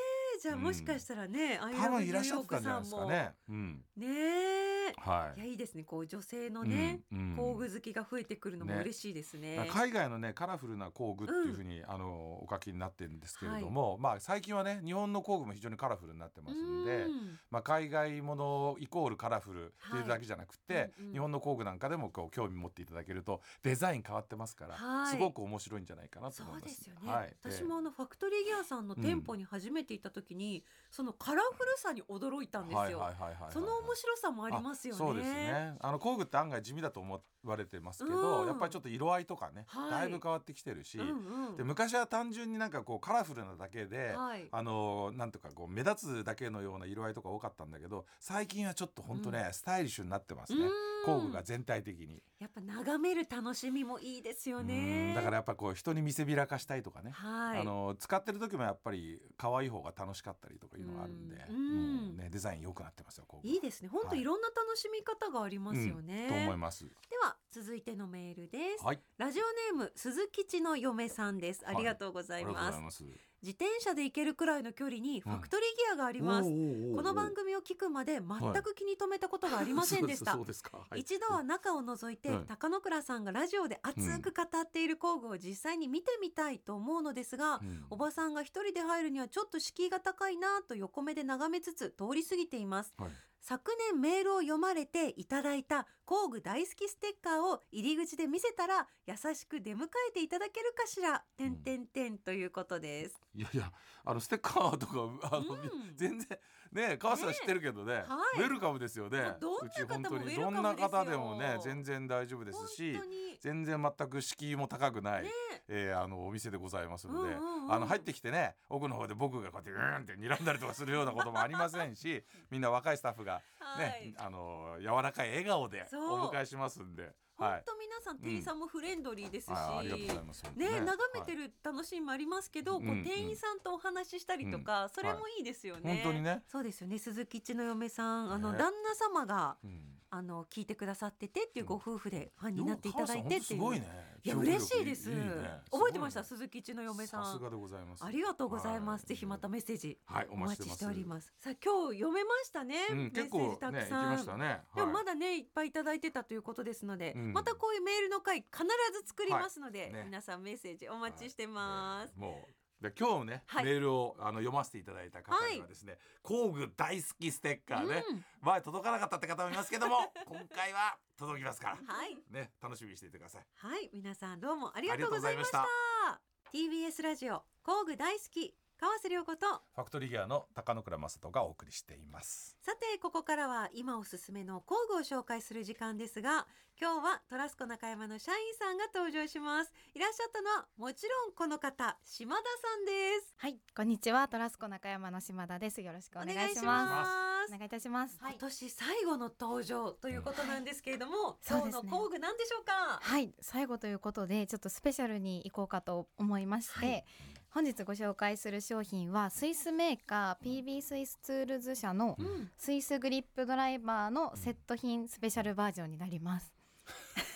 Speaker 1: じゃあ
Speaker 2: うん
Speaker 1: もしかしたらね、アイ
Speaker 2: 多
Speaker 1: ラブ
Speaker 2: 分
Speaker 1: ニ
Speaker 2: い
Speaker 1: ュ
Speaker 2: らっ
Speaker 1: ー
Speaker 2: し
Speaker 1: ヨ
Speaker 2: ゃ
Speaker 1: ー
Speaker 2: った
Speaker 1: ク
Speaker 2: んじゃ
Speaker 1: さ
Speaker 2: ない
Speaker 1: ん
Speaker 2: ですか
Speaker 1: も
Speaker 2: ね。うん、
Speaker 1: ねえ
Speaker 2: はいい。
Speaker 1: やいいですねこう女性のね、
Speaker 2: うん
Speaker 1: 工具好きが増えてくるのも
Speaker 2: ね
Speaker 1: 嬉しいですね
Speaker 2: だから海外のねカラフルな工具っていうふうに、あのお書きになってるんですけれども、まあ最近はね日本の工具も非常にカラフルになってますんで、
Speaker 1: うん
Speaker 2: まあ、海外ものイコールカラフルっていうだけじゃなくて、
Speaker 1: はいうんうん
Speaker 2: 日本の工具なんかでもこう興味持っていただけるとデザイン変わってますから、
Speaker 1: はい
Speaker 2: すごく面白いんじゃないかなと
Speaker 1: そ
Speaker 2: 思いま
Speaker 1: う
Speaker 2: す。
Speaker 1: ですよね、
Speaker 2: はい、
Speaker 1: 私もあのファクトリーギアさんの店舗に初めて行った時に、そのカラフルさに驚いたんですよ、
Speaker 2: はいはいはいはいはい
Speaker 1: その面白さもありますよね
Speaker 2: そうですね。あの工具って案外地味だと思われてますけど、
Speaker 1: うん
Speaker 2: やっぱりちょっと色合いとかね、
Speaker 1: はい
Speaker 2: だいぶ変わってきてるし、
Speaker 1: うんうん
Speaker 2: で昔は単純になんかこうカラフルなだけで、
Speaker 1: はい、
Speaker 2: あのなんとかこう目立つだけのような色合いとか多かったんだけど最近はちょっとほんとね、スタイリッシュになってます
Speaker 1: う
Speaker 2: ね
Speaker 1: ん
Speaker 2: 工具が全体的に、
Speaker 1: やっぱ眺める楽しみもいいですよ
Speaker 2: う
Speaker 1: ね
Speaker 2: んだからやっぱこう人に見せびらかしたいとかね、
Speaker 1: はい
Speaker 2: あの使ってる時もやっぱり可愛い方が楽しかったりとかいうのがあるんで、
Speaker 1: うん
Speaker 2: もうね、デザイン良くなってますよ工具
Speaker 1: いいですね本当
Speaker 2: はい
Speaker 1: いろんな楽しみ方がありますよね、
Speaker 2: と思います
Speaker 1: では続いてのメールです、
Speaker 2: はい
Speaker 1: ラジオネーム鈴吉の嫁さんですありがとうござ
Speaker 2: あ
Speaker 1: い
Speaker 2: りがとう
Speaker 1: ま
Speaker 2: ご
Speaker 1: す、
Speaker 2: ざいます
Speaker 1: 自転車で行けるくらいの距離にファクトリーギアがあります、こ
Speaker 2: こ
Speaker 1: の番組を聞くまで全く気に留めたことがありませんでした
Speaker 2: そうですか、はい
Speaker 1: 一度は中を覗いて、
Speaker 2: はい
Speaker 1: 高野倉さんがラジオで熱く語っている工具を実際に見てみたいと思うのですが、
Speaker 2: うん
Speaker 1: おばさんが一人で入るにはちょっと敷居が高いなぁと横目で眺めつつ通り過ぎています
Speaker 2: はい
Speaker 1: 昨年メールを読まれていただいた工具大好きステッカーを入り口で見せたら優しく出迎えていただけるかしら、
Speaker 2: う
Speaker 1: て
Speaker 2: ん
Speaker 1: んてんてんということです。
Speaker 2: いやいやあのステッカーとかあの、
Speaker 1: うん
Speaker 2: 全然ね川瀬さん知ってるけどね
Speaker 1: はい
Speaker 2: ウェルカムですよね
Speaker 1: もう
Speaker 2: うち
Speaker 1: どん
Speaker 2: 本
Speaker 1: な方
Speaker 2: 当
Speaker 1: も
Speaker 2: に
Speaker 1: ウェルカ
Speaker 2: ど
Speaker 1: ム
Speaker 2: んな方でもね
Speaker 1: ですよ
Speaker 2: 全然大丈夫で
Speaker 1: 本
Speaker 2: すし
Speaker 1: 当に
Speaker 2: 全然全く敷居も高くない、
Speaker 1: ね
Speaker 2: えーあのお店でございますの
Speaker 1: う
Speaker 2: で、
Speaker 1: んうんうん
Speaker 2: あの入ってきてね奥の方で僕がこうやってうーんって睨んだりとかするようなこともありませんしみんな若いスタッフがね、
Speaker 1: はい
Speaker 2: あの柔らかい笑顔で
Speaker 1: そう
Speaker 2: お迎えしますんで。は
Speaker 1: 本
Speaker 2: い
Speaker 1: 当皆さん店員さんもフレンドリーですし、
Speaker 2: はい、ありがとうございます。本当
Speaker 1: ね眺めて
Speaker 2: はい
Speaker 1: る楽しみもありますけど、
Speaker 2: うん
Speaker 1: こう
Speaker 2: うん
Speaker 1: 店員さんとお話ししたりとか、それもいいですよね。
Speaker 2: 本当にね。
Speaker 1: そうですよね鈴木一の嫁さんあの、
Speaker 2: ね
Speaker 1: 旦那様が
Speaker 2: うん
Speaker 1: あの聞いてくださっててっていうご
Speaker 2: うん
Speaker 1: 夫婦でファンになっていただいてってい。
Speaker 2: よく母さん本当すごいうね。
Speaker 1: いや
Speaker 2: 記憶力
Speaker 1: 嬉しいです。
Speaker 2: ね
Speaker 1: 覚えてました
Speaker 2: す
Speaker 1: 鈴木一の
Speaker 2: ごいね
Speaker 1: 嫁さ
Speaker 2: さす
Speaker 1: ん。
Speaker 2: がでございます。
Speaker 1: ありがとうございます。
Speaker 2: は
Speaker 1: ぜひまた。メッセージ
Speaker 2: はい、お
Speaker 1: お
Speaker 2: 待
Speaker 1: 待
Speaker 2: ち
Speaker 1: ちし
Speaker 2: してて
Speaker 1: お
Speaker 2: お
Speaker 1: り
Speaker 2: ります。
Speaker 1: ます。さあ今日読めましたね。
Speaker 2: うん、
Speaker 1: メッ
Speaker 2: 結
Speaker 1: セージ
Speaker 2: 構
Speaker 1: た
Speaker 2: ね
Speaker 1: く、
Speaker 2: 行き
Speaker 1: さ
Speaker 2: ま
Speaker 1: ん。
Speaker 2: したね。
Speaker 1: でも
Speaker 2: は
Speaker 1: ま
Speaker 2: い
Speaker 1: だねいっぱいいただいてたということですので、
Speaker 2: うん
Speaker 1: またこういうメールの回必ず作りますので、
Speaker 2: いね
Speaker 1: 皆さんメッセージお待ちしてます。
Speaker 2: はいもうで今日ね、
Speaker 1: はい
Speaker 2: メールをあの読ませていただいた方にはですね、工具大好きステッカーね、
Speaker 1: うん
Speaker 2: まあ届かなかったって方もいますけども 今回は届きますから
Speaker 1: はい
Speaker 2: ね楽しみにしていてください
Speaker 1: はい皆さんどうもありがとうございました
Speaker 2: ありがと
Speaker 1: TBS ラジオ工具大好き川瀬良子と
Speaker 2: ファクトリーギアの高野倉正人がお送りしています
Speaker 1: さてここからは今おすすめの工具を紹介する時間ですが今日はトラスコ中山の社員さんが登場しますいらっしゃったのはもちろんこの方島田さんです
Speaker 3: はい、こんにちは。トラスコ中山の島田です。よろしくお願いします。
Speaker 1: ます
Speaker 3: お願いいたします。
Speaker 1: 今年最後の登場ということなんですけれども、
Speaker 3: そう
Speaker 1: 今
Speaker 3: です
Speaker 1: 日の
Speaker 3: ね
Speaker 1: 工具なんでしょうか、
Speaker 3: はい、最後ということで、ちょっとスペシャルに行こうかと思いまして、
Speaker 2: はい
Speaker 3: 本日ご紹介する商品は、スイスメーカー PB スイスツールズ社の
Speaker 1: うん、
Speaker 3: スイスグリップドライバーのセット品スペシャルバージョンになります。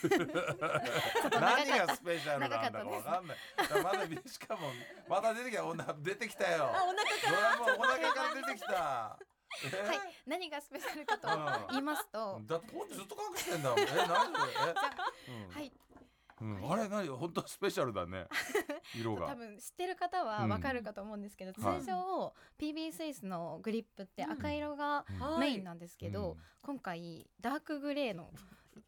Speaker 2: 何がスペシャルなんだかわ
Speaker 3: 長
Speaker 2: かんないだからまだみしかもまだ出てきた女出てきたよ
Speaker 1: あお腹
Speaker 2: ドラマお腹から出てきたえ
Speaker 3: はい、何がスペシャルかと
Speaker 2: うん
Speaker 3: 言いますと、
Speaker 2: だってこうやってずっと隠してんだもんえ何それえうん
Speaker 3: はい、
Speaker 2: うん、あれ何本当スペシャルだね色が
Speaker 3: 多分知ってる方はわかるかと思うんですけど、
Speaker 2: はい
Speaker 3: 通常 PB スイスのグリップって赤色が
Speaker 1: はい
Speaker 3: メインなんですけど、今回ダークグレーの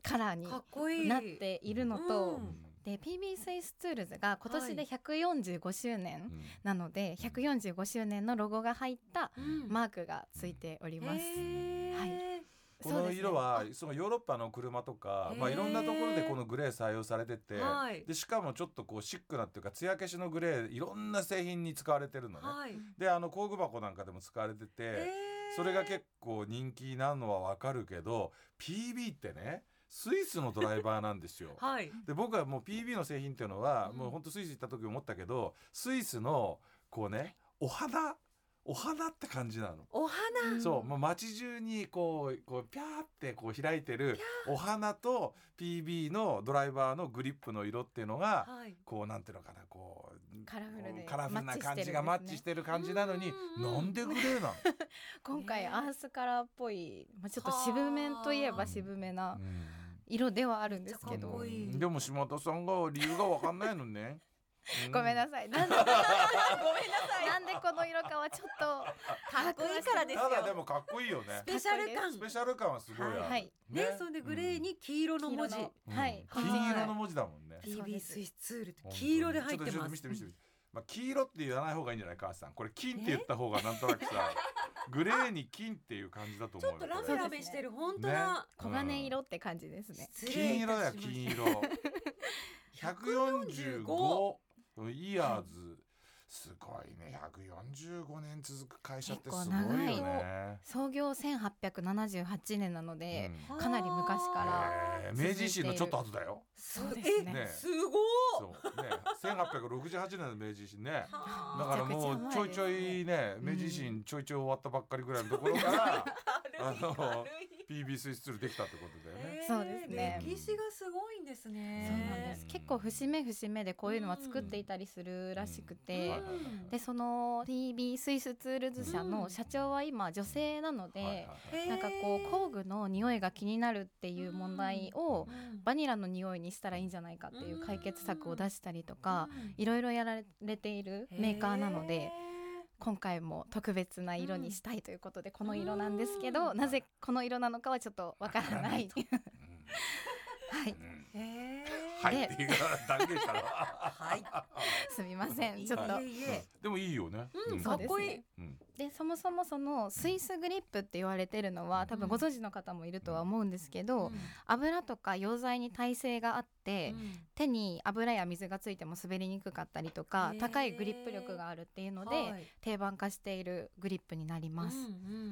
Speaker 3: カラーに
Speaker 1: かっこいい
Speaker 3: なっているの
Speaker 1: う
Speaker 3: と、
Speaker 1: ん
Speaker 3: で PB スイスツールズが今年で145周年
Speaker 2: うん
Speaker 3: なので、145周年のロゴが入った
Speaker 1: うん
Speaker 3: マークがついております。
Speaker 1: へー
Speaker 3: はい
Speaker 2: こ
Speaker 3: そう
Speaker 2: の
Speaker 3: ですね
Speaker 2: 色はそのヨーロッパの車とか、まあ、
Speaker 1: へー
Speaker 2: いろんなところでこのグレー採用されてて、
Speaker 1: はい
Speaker 2: でしかもちょっとこうシックなっていうか艶消しのグレーいろんな製品に使われてるのね。
Speaker 1: はい、
Speaker 2: であの工具箱なんかでも使われてて、それが結構人気なのはわかるけど PB ってねスイスのドライバーなんですよ。
Speaker 1: 構はい
Speaker 2: で僕はもう PB の製品っていうのは、
Speaker 1: うん
Speaker 2: もうほんとスイス行った時思ったけどスイスのこうねお花お花って感じなの。
Speaker 1: お花
Speaker 3: うん
Speaker 2: そう、もう街中にこう、こうピャーってこう開いてるお花と PB のドライバーのグリップの色っていうのが、
Speaker 1: はい
Speaker 2: こうなんていうのかな、こう。
Speaker 3: カラフルで
Speaker 2: カラフルな感じがマ
Speaker 3: マ
Speaker 2: ッ
Speaker 3: ッ
Speaker 2: チ
Speaker 3: チ
Speaker 2: し
Speaker 3: して
Speaker 2: る感じなのに、
Speaker 1: うんうん
Speaker 2: な
Speaker 1: うん
Speaker 2: んでグレーなの。
Speaker 3: 今回
Speaker 1: ね
Speaker 3: アースカラーっぽい、まあ、ちょっと渋めといえば渋めな色ではあるんですけ
Speaker 1: かっこ
Speaker 3: ど
Speaker 1: いい
Speaker 2: うんでも島田さんが理由がわかんないのね。
Speaker 3: ごめんな
Speaker 2: さ
Speaker 3: さいなんで ごめんなさいなんでこの色かはちょっと
Speaker 1: かっこいいからですよ
Speaker 2: ただでもかっこいいよね
Speaker 1: ス。ペシャル感
Speaker 2: スペシャル感はすごいあ る。
Speaker 3: はいはい
Speaker 1: ねそれでグレーに黄色の文字
Speaker 3: 黄色の
Speaker 2: うん、
Speaker 3: はい
Speaker 2: 金色の文字だもんね。
Speaker 3: そう
Speaker 1: BB
Speaker 3: です
Speaker 1: スイスツールって黄色で入って
Speaker 2: ちょ
Speaker 1: ま
Speaker 2: と
Speaker 1: す
Speaker 2: 見せて見せて見せてまあ、黄色って言わない方がいいんじゃない母さんこれ金って言った方がなんとなくさグレーに金っていう感じだと
Speaker 1: ち
Speaker 2: 思う
Speaker 1: ょっと
Speaker 2: よ
Speaker 1: ラ
Speaker 2: こ
Speaker 1: ブ
Speaker 2: れ
Speaker 1: ラブしてる、本当だ。
Speaker 3: 黄金色って感じですね。
Speaker 1: 失礼
Speaker 2: 金
Speaker 1: い
Speaker 2: 色だ
Speaker 1: た
Speaker 2: よ
Speaker 1: しました
Speaker 2: 金色145イヤーズすごいね145年続く会社ってすごいよ
Speaker 3: 結構
Speaker 2: ね
Speaker 3: 創業1878年なので、
Speaker 1: うん
Speaker 3: かなり昔から。
Speaker 2: えー明治維新のちょっと後だよ
Speaker 3: そうです
Speaker 2: ね
Speaker 3: ね。
Speaker 1: すごい。
Speaker 2: そうね1868年の明治維新ね
Speaker 1: は
Speaker 2: だからもうちょいちょいね
Speaker 3: め
Speaker 2: 明
Speaker 3: ちゃくちゃ前ですね
Speaker 2: 治維新ちょいちょい終わったばっかりぐらいのところから
Speaker 1: あ
Speaker 2: あ の
Speaker 1: 軽い
Speaker 2: PB スイスツールできたってことだよ
Speaker 1: 軽い。
Speaker 2: ね
Speaker 3: そうですね
Speaker 1: 歴史がすごいんですね。
Speaker 3: そうなんです。結構節目節目でこういうのは作っていたりするらしくて。
Speaker 2: はいはいはい
Speaker 3: でその TB スイスツールズ社の社長は今女性なの
Speaker 2: はいはい
Speaker 3: で、
Speaker 2: はい
Speaker 1: へー
Speaker 3: なんかこう工具の匂いが気になるっていう問題を
Speaker 1: うん
Speaker 3: バニラの匂いにしたらいいんじゃないかっていう解決策を出したりとか
Speaker 1: うん
Speaker 3: いろいろやられているメーカーなの
Speaker 1: へ
Speaker 3: で今回も特別な色にしたいということでこの色なんですけど
Speaker 1: うん
Speaker 3: なぜこの色なのかはちょっとわからない はい
Speaker 2: うんうん
Speaker 1: ーへー
Speaker 2: はい
Speaker 3: で
Speaker 2: っていうから断言したら
Speaker 1: はい。
Speaker 3: すみません
Speaker 1: い
Speaker 3: ちょっと
Speaker 1: えいえ。
Speaker 2: でもいいよね
Speaker 1: うん
Speaker 3: そ
Speaker 1: か
Speaker 3: う
Speaker 1: っ
Speaker 3: ですね
Speaker 1: こいい。
Speaker 2: うん
Speaker 3: でそもそもそのスイスグリップって言われてるの
Speaker 2: う
Speaker 3: は
Speaker 2: ん
Speaker 3: 多分ご存知の方もいるとは思うんですけど油とか溶剤に耐性があって、手に油や水がついても滑りにくかったりとか、
Speaker 1: へー
Speaker 3: 高いグリップ力があるっていうので、
Speaker 1: はい
Speaker 3: 定番化しているグリップになります、
Speaker 1: うんう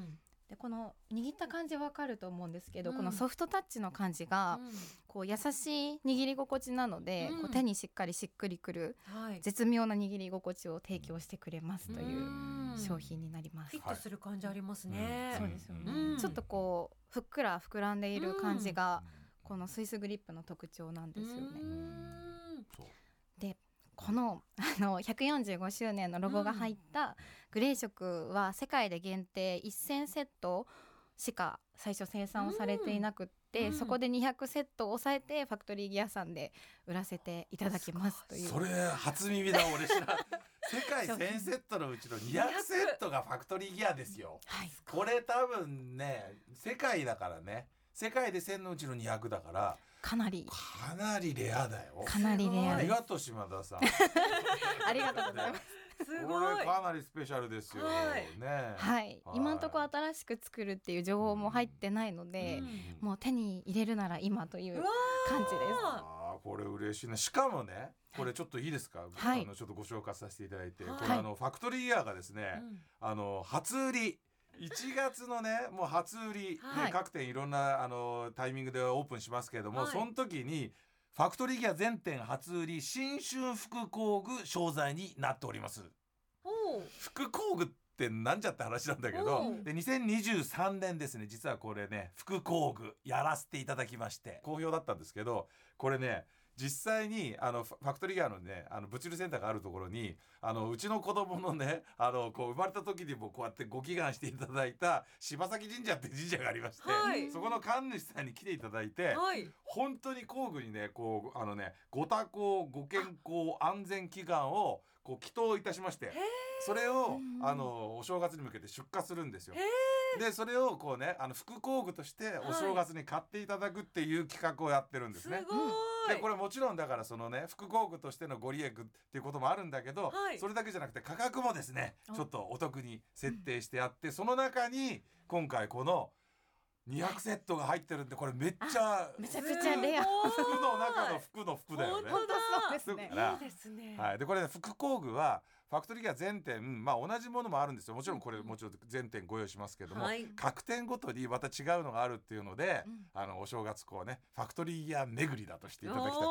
Speaker 1: ん
Speaker 3: でこの握った感じわかると思うんですけど、
Speaker 1: うん
Speaker 3: このソフトタッチの感じが、こう優しい握り心地なので、
Speaker 1: うん
Speaker 3: こう手にしっかりしっくりくる
Speaker 1: うんはい。
Speaker 3: 絶妙な握り心地を提供してくれますという
Speaker 1: うん
Speaker 3: 商品になります
Speaker 1: フィ、ットする感じありますね。
Speaker 3: そうですよね
Speaker 1: うん
Speaker 3: ちょっとこうふっくら膨らんでいる感じが、この
Speaker 2: そ
Speaker 3: スイスグリップの特徴なんですよね、
Speaker 1: うん
Speaker 2: う
Speaker 3: このあの145周年のロゴが入ったグレー色は世界で限定1000セットしか最初生産をされていなくっ
Speaker 1: う
Speaker 3: て、
Speaker 1: ん
Speaker 3: そこで200セットを抑えてファクトリーギアさんで売らせていただきますという
Speaker 2: それ初耳だ俺知らん世界1000セットのうちの200セットがファクトリーギアですよ
Speaker 3: はい、
Speaker 2: これ多分ね世界だからね世界で1000のうちの200だから
Speaker 3: かなり
Speaker 2: かなりレアだよ
Speaker 3: かなりレ
Speaker 2: あ
Speaker 3: ア
Speaker 2: り
Speaker 3: です
Speaker 2: がとう島田さん
Speaker 3: ありがとうございます
Speaker 1: す
Speaker 2: こ
Speaker 1: ご
Speaker 2: れ
Speaker 1: い。
Speaker 2: かなりスペシャルですよ
Speaker 1: はい
Speaker 2: ね
Speaker 3: はい
Speaker 2: はい
Speaker 3: 今んとこ新しく作るっていう情報も入ってないので、
Speaker 2: うん
Speaker 3: もう手に入れるなら今とい
Speaker 1: う
Speaker 3: う
Speaker 1: わ
Speaker 3: 感じです
Speaker 1: ー
Speaker 2: ああこれ嬉しいなしかもねこれちょっといいですか、
Speaker 3: はい
Speaker 2: あのちょっとご紹介させていただいて、
Speaker 1: はい
Speaker 2: これあのファクトリーイヤーがです
Speaker 1: う
Speaker 2: ね、
Speaker 1: ん
Speaker 2: あの初売り1月のねもう初売り、ね
Speaker 1: はい
Speaker 2: 各店いろんなあのタイミングでオープンしますけれども、
Speaker 1: はい
Speaker 2: その時にファクトリーギア全店初売り新春副工具商材になっております。
Speaker 1: おう
Speaker 2: 副工具ってなんじゃって話なんだけ
Speaker 1: う
Speaker 2: ど
Speaker 1: ん
Speaker 2: で2023年ですね実はこれね副工具やらせていただきまして好評だったんですけどこれね実際にあのファファクトリーガーのねあの物流センターがあるところにあのうちの子供のねあのこう生まれた時にもこうやってご祈願していただいた柴崎神社って神社がありまして、
Speaker 1: はい
Speaker 2: そこの神主さんに来ていただいて、
Speaker 1: はい。
Speaker 2: 本当に工具にねこうあのねご多幸ご健康安全祈願をこう祈祷いたしましてそれを
Speaker 3: うん
Speaker 2: あのお正月に向けて出荷するんですよ
Speaker 1: へ。
Speaker 2: でそれをこうねあの副工具としてお正月に買っていただくっていう企画をやってるんですす
Speaker 1: ごい
Speaker 2: ね。。でこれもちろんだからそのね副工具としてのご利益っていうこともあるんだけど、
Speaker 1: はい
Speaker 2: それだけじゃなくて価格もですね
Speaker 3: お
Speaker 2: ちょっとお得に設定してあって、その中に今回この200セットが入ってるんでこれめっちゃ
Speaker 3: めちゃくちゃレア
Speaker 1: すごい
Speaker 2: 服の中の服の服だよね。
Speaker 1: 本
Speaker 3: そうですね
Speaker 2: だから
Speaker 1: いいですね。
Speaker 2: はい、でこれ、ね、副工具はファクトリーが全店、まあ、同じものもあるんですよもちろんこれもちろん全店ご用意しますけども、
Speaker 1: はい
Speaker 2: 各店ごとにまた違うのがあるっていうので、
Speaker 3: うん
Speaker 2: あのお正月こうねファクトリーギア巡りだとしていただきたい。ね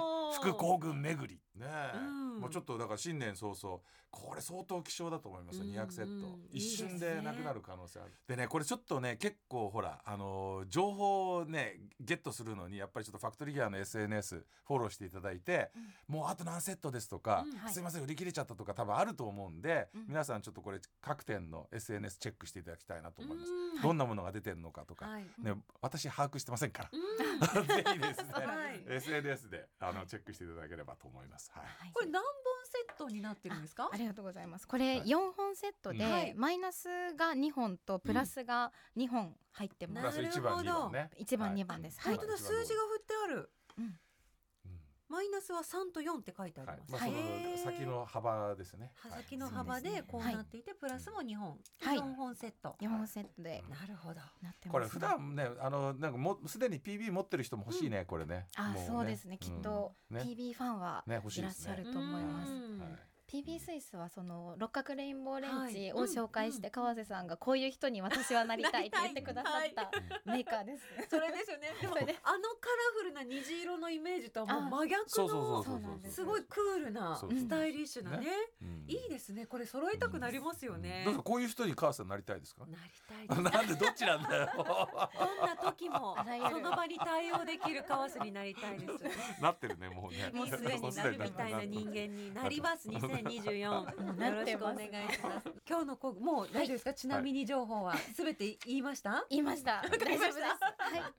Speaker 1: おー、
Speaker 2: 副工具巡りねえ、
Speaker 1: うん
Speaker 2: もうちょっとだから新年早々これ相当希少だと思いますよ
Speaker 1: うん
Speaker 2: 200セット、
Speaker 1: うん
Speaker 2: 一
Speaker 1: い
Speaker 2: 瞬
Speaker 1: いです
Speaker 2: で
Speaker 1: ね
Speaker 2: なくなる可能性あるでねこれちょっとね結構ほらあのー情報をねゲットするのにやっぱりちょっとファクトリーギアの SNS フォローしていただいて、もうあと何セットですとか、
Speaker 1: うん
Speaker 3: はい
Speaker 2: すいません売り切れちゃったとか多分あると思うんで、
Speaker 3: うん
Speaker 2: 皆さんちょっとこれ各店の SNS チェックしていただきたいなと思います、
Speaker 1: うん
Speaker 2: どんなものが出てるのかとか、
Speaker 1: はい。
Speaker 2: ね私把握してません から
Speaker 1: う、ん
Speaker 2: ぜひですね、
Speaker 1: はい
Speaker 2: SNS であのチェックしていただければと思います。はい。
Speaker 3: はい
Speaker 1: これ何本セットになってるんですか
Speaker 3: あ？りがとうございます。これ
Speaker 2: はい
Speaker 3: 4本セットで、
Speaker 1: はい
Speaker 3: マイナスが2本とプラスが2本入って
Speaker 2: プ
Speaker 3: ま
Speaker 1: な
Speaker 2: ラ
Speaker 1: る
Speaker 3: す。
Speaker 2: ス一番
Speaker 1: ほど
Speaker 2: 二番ね。
Speaker 3: 一番
Speaker 2: はい
Speaker 3: 二番です
Speaker 2: うん
Speaker 1: 本当だ
Speaker 2: 一番
Speaker 1: 数字が振ってある。
Speaker 2: うん
Speaker 1: マイナスは3と4って書いてあり
Speaker 2: はい
Speaker 1: ま。す、
Speaker 2: まあその
Speaker 1: へー
Speaker 2: 先の幅ですね。
Speaker 1: 刃
Speaker 2: はい
Speaker 1: 先の幅
Speaker 3: そうです
Speaker 1: で
Speaker 3: ね
Speaker 1: こうなっていて、プラスも2本、
Speaker 3: はい
Speaker 1: 4本セット、
Speaker 3: 4本セットで
Speaker 1: なるほど
Speaker 3: なってます、ね、
Speaker 2: これ普段ねあのなんかもうすでに PB 持ってる人も欲しいね、これね。
Speaker 3: あ
Speaker 2: も
Speaker 3: そうですねきっと
Speaker 2: ね
Speaker 3: PB ファンは
Speaker 2: ね欲しい
Speaker 3: いら
Speaker 2: で
Speaker 3: っ
Speaker 2: す
Speaker 3: しゃ
Speaker 2: ね
Speaker 3: る。と思います、
Speaker 1: うん
Speaker 2: はい
Speaker 3: PB スイスはその六角レインボーレンチを
Speaker 1: はい
Speaker 3: 紹介し
Speaker 1: うんう
Speaker 3: て川瀬さんがこういう人に私はなりたいって言ってくださったメーカーです。
Speaker 1: それですよねでもあ
Speaker 3: それ
Speaker 1: のカ
Speaker 3: で
Speaker 1: ラフルな虹色のイメージとはもう真逆の
Speaker 2: そうそうそうそう
Speaker 3: そうなん
Speaker 2: そ
Speaker 3: で
Speaker 2: う。
Speaker 1: すごいクールな
Speaker 2: そう
Speaker 3: そう
Speaker 1: スタイリッシュなね
Speaker 2: ね
Speaker 1: いいですすねこれ揃えたくなりますよね、
Speaker 2: どうぞこういう人に母さんなりたいですか。
Speaker 1: なりたいです
Speaker 2: なんでどっちなんだよ。
Speaker 1: どんな時も
Speaker 3: あらゆる
Speaker 1: その場に対応できるカワスになりたいです
Speaker 2: なってるねもうね。
Speaker 1: もうすでになるみたいな人間
Speaker 2: 間。
Speaker 1: になります2024よ
Speaker 3: な
Speaker 1: ろ
Speaker 3: っ
Speaker 1: してくお
Speaker 3: ま
Speaker 1: 願
Speaker 3: す
Speaker 1: いします今日のこもう大丈夫ですか、ちなみに情報はすべて言いました、
Speaker 3: 言いました。大丈夫
Speaker 1: り
Speaker 3: で
Speaker 1: ました
Speaker 3: す。はい。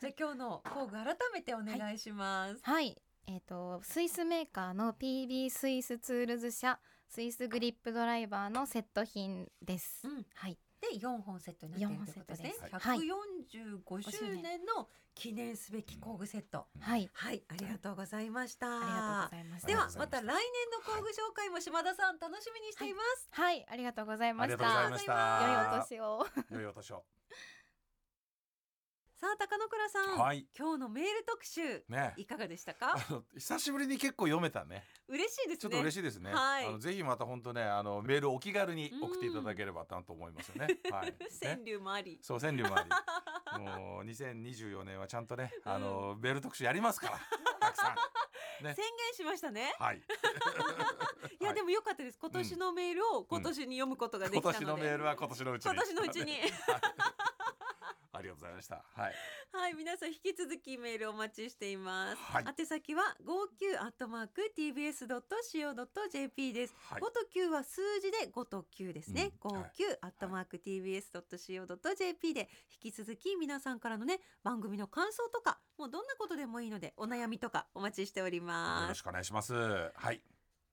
Speaker 1: じゃあ今日の工具改めてお願いします、
Speaker 3: はい。えっ、とスイスメーカーの PB スイスツールズ社スイスグリップドライバーのセット品です。
Speaker 1: うん
Speaker 3: はい。
Speaker 1: で四本セットになっているということですね
Speaker 2: 四本セット
Speaker 3: ですはい
Speaker 1: 145周年の記念すべき工具セット
Speaker 3: はい。
Speaker 1: はいありがとうございました
Speaker 3: ありがとうございました。
Speaker 1: では
Speaker 2: ありが
Speaker 1: ま
Speaker 2: と
Speaker 1: た
Speaker 2: う
Speaker 1: 来
Speaker 2: ご
Speaker 1: 年の工具紹介も島田さん楽しみにしています、
Speaker 3: はい。ありがとうござ い
Speaker 2: あ
Speaker 3: ま
Speaker 2: り
Speaker 3: し
Speaker 2: がとうござい
Speaker 3: た。
Speaker 2: ました。
Speaker 3: 良いお年を。
Speaker 2: 良いお年を。
Speaker 1: さあ高野倉さん、
Speaker 2: はい
Speaker 1: 今日のメール特集
Speaker 2: ね。
Speaker 1: いかがでしたか
Speaker 2: あの久しぶりに結構読めたね。
Speaker 1: 嬉しいですね
Speaker 2: ちょっと嬉しいですね。
Speaker 1: はい
Speaker 2: あのぜひまた本当ね、あのメールをお気軽に送っていただければなと思います よね。はい。ね
Speaker 1: 川柳もあり、
Speaker 2: そう川柳もあり。 もう2024年はちゃんとね、あのメール特集やりますから。たくさ
Speaker 1: 宣
Speaker 2: ね
Speaker 1: 言しましたね
Speaker 2: ん。 はい。
Speaker 1: いや、
Speaker 2: はい
Speaker 1: でも良かったです今年のメールを今年に読むことがで
Speaker 2: 今
Speaker 1: きたので、
Speaker 2: 年のメールは今年のうちに。
Speaker 1: 今年のうちに
Speaker 2: ありがとうございました。はい。
Speaker 1: はい皆さん引き続きメールお待ちしています、
Speaker 2: はい
Speaker 1: 宛先は 59@tbs.co.jp です
Speaker 2: はい
Speaker 1: 5。と9は数字で5と9ですね。
Speaker 2: うん
Speaker 1: 59
Speaker 2: はい
Speaker 1: アットマーク tbs.co.jp で引き続き皆さんからのね番組の感想とかもうどんなことでもいいのでお悩みとかお待ちしており
Speaker 2: よ
Speaker 1: ま
Speaker 2: ろ
Speaker 1: す
Speaker 2: し。くお願いします。はい。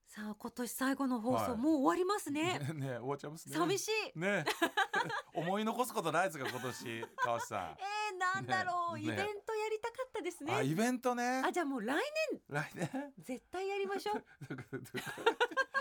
Speaker 1: さあ今年最後の放送、
Speaker 2: はい
Speaker 1: もう終わりますね。
Speaker 2: ね、 ね終わっちゃいますね。
Speaker 1: 寂しい。
Speaker 2: い。ね。 思い残すことないですか今年、川内さ
Speaker 1: えー、なんだろう、
Speaker 2: ね
Speaker 1: イベントやりたかったです
Speaker 2: ん。
Speaker 1: ね。
Speaker 2: あ、イベントね
Speaker 1: あ。じゃあもう来
Speaker 2: 来年。
Speaker 1: 年絶対やりましょう。
Speaker 2: なんか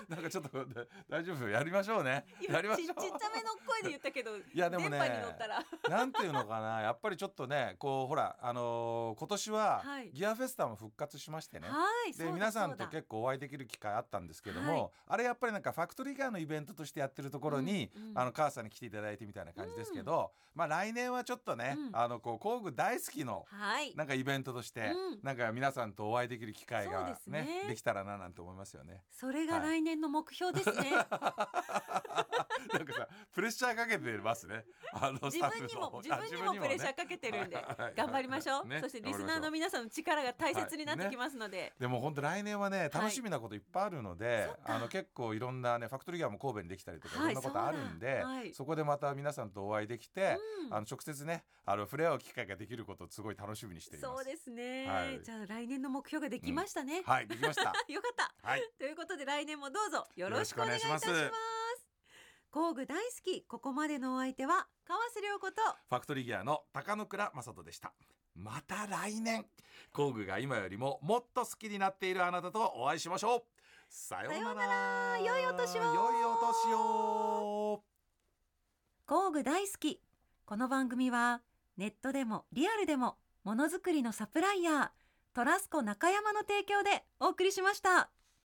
Speaker 2: なんかちょっと大丈夫やりましょうね。やりま
Speaker 1: ち
Speaker 2: し
Speaker 1: ちっ ち
Speaker 2: ょ
Speaker 1: ゃめの声で言ったけど
Speaker 2: やでもね
Speaker 1: 電波に乗ったら。
Speaker 2: う。なんていうのかなやっぱりちょっとねこうほらあのー今年は
Speaker 1: はい
Speaker 2: ギアフェスタも復活しましてね。
Speaker 1: はい。そう
Speaker 2: で
Speaker 1: だ
Speaker 2: 皆さん
Speaker 1: そ
Speaker 2: と
Speaker 1: うだ
Speaker 2: 結構お会いできる機会あったんですけども、あれやっぱりなんかファクトリーガーのイベントとしてやってるところに、
Speaker 1: うんうん
Speaker 2: あの母さんに来ていただいてみたいな感じですけど、まあ来年はちょっとね、
Speaker 1: うん
Speaker 2: あのこう工具大好きの
Speaker 1: はい。
Speaker 2: なんかイベントとして、
Speaker 1: うん
Speaker 2: なんか皆さんとお会いできる機会
Speaker 1: そう
Speaker 2: が
Speaker 1: ですね
Speaker 2: ねできたらななんて思いますよね。
Speaker 1: それが
Speaker 2: は
Speaker 1: 来
Speaker 2: い
Speaker 1: 年の目標です ね。
Speaker 2: なんかさ、プレッシャーかけてますね。あの
Speaker 1: 自分にも自分にもプレッシャーかけてるんで頑張りましょう、そしてリスナーの
Speaker 2: み。
Speaker 1: 皆さんの力が大切になってきますので、
Speaker 2: でも本当来年はね楽しみなこといっぱいあるので、
Speaker 1: そっか
Speaker 2: あの結構いろんなねファクトリーガーも神戸にできたりとか、
Speaker 1: はい
Speaker 2: い、ろんなことあるん
Speaker 1: そう
Speaker 2: で
Speaker 1: だはい
Speaker 2: こでまた皆さんとお会いできて、
Speaker 1: うん
Speaker 2: あの直接ねあの触れ合う機会ができることをすごい楽しみにしています。
Speaker 1: そうですね、
Speaker 2: はい
Speaker 1: じゃあ来年の目標ができましたね、
Speaker 2: はいできました。
Speaker 1: よかった
Speaker 2: はい
Speaker 1: ということで来年もどうぞよろしくお
Speaker 2: よ
Speaker 1: 願い
Speaker 2: ろ
Speaker 1: い
Speaker 2: した
Speaker 1: し
Speaker 2: くお
Speaker 1: ま
Speaker 2: 願い
Speaker 1: す
Speaker 2: します
Speaker 1: 工具大好きここまでのお相手は川瀬良子と
Speaker 2: ファクトリーギアの高野倉正人でした。また来年、工具が今よりももっと好きになっているあなたとお会いしましょう。さようなら。
Speaker 1: 良いお年を
Speaker 2: 良いお年を。
Speaker 1: 工具大好きこの番組はネットでもリアルでもものづくりのサプライヤートラスコ中山の提供でお送りしました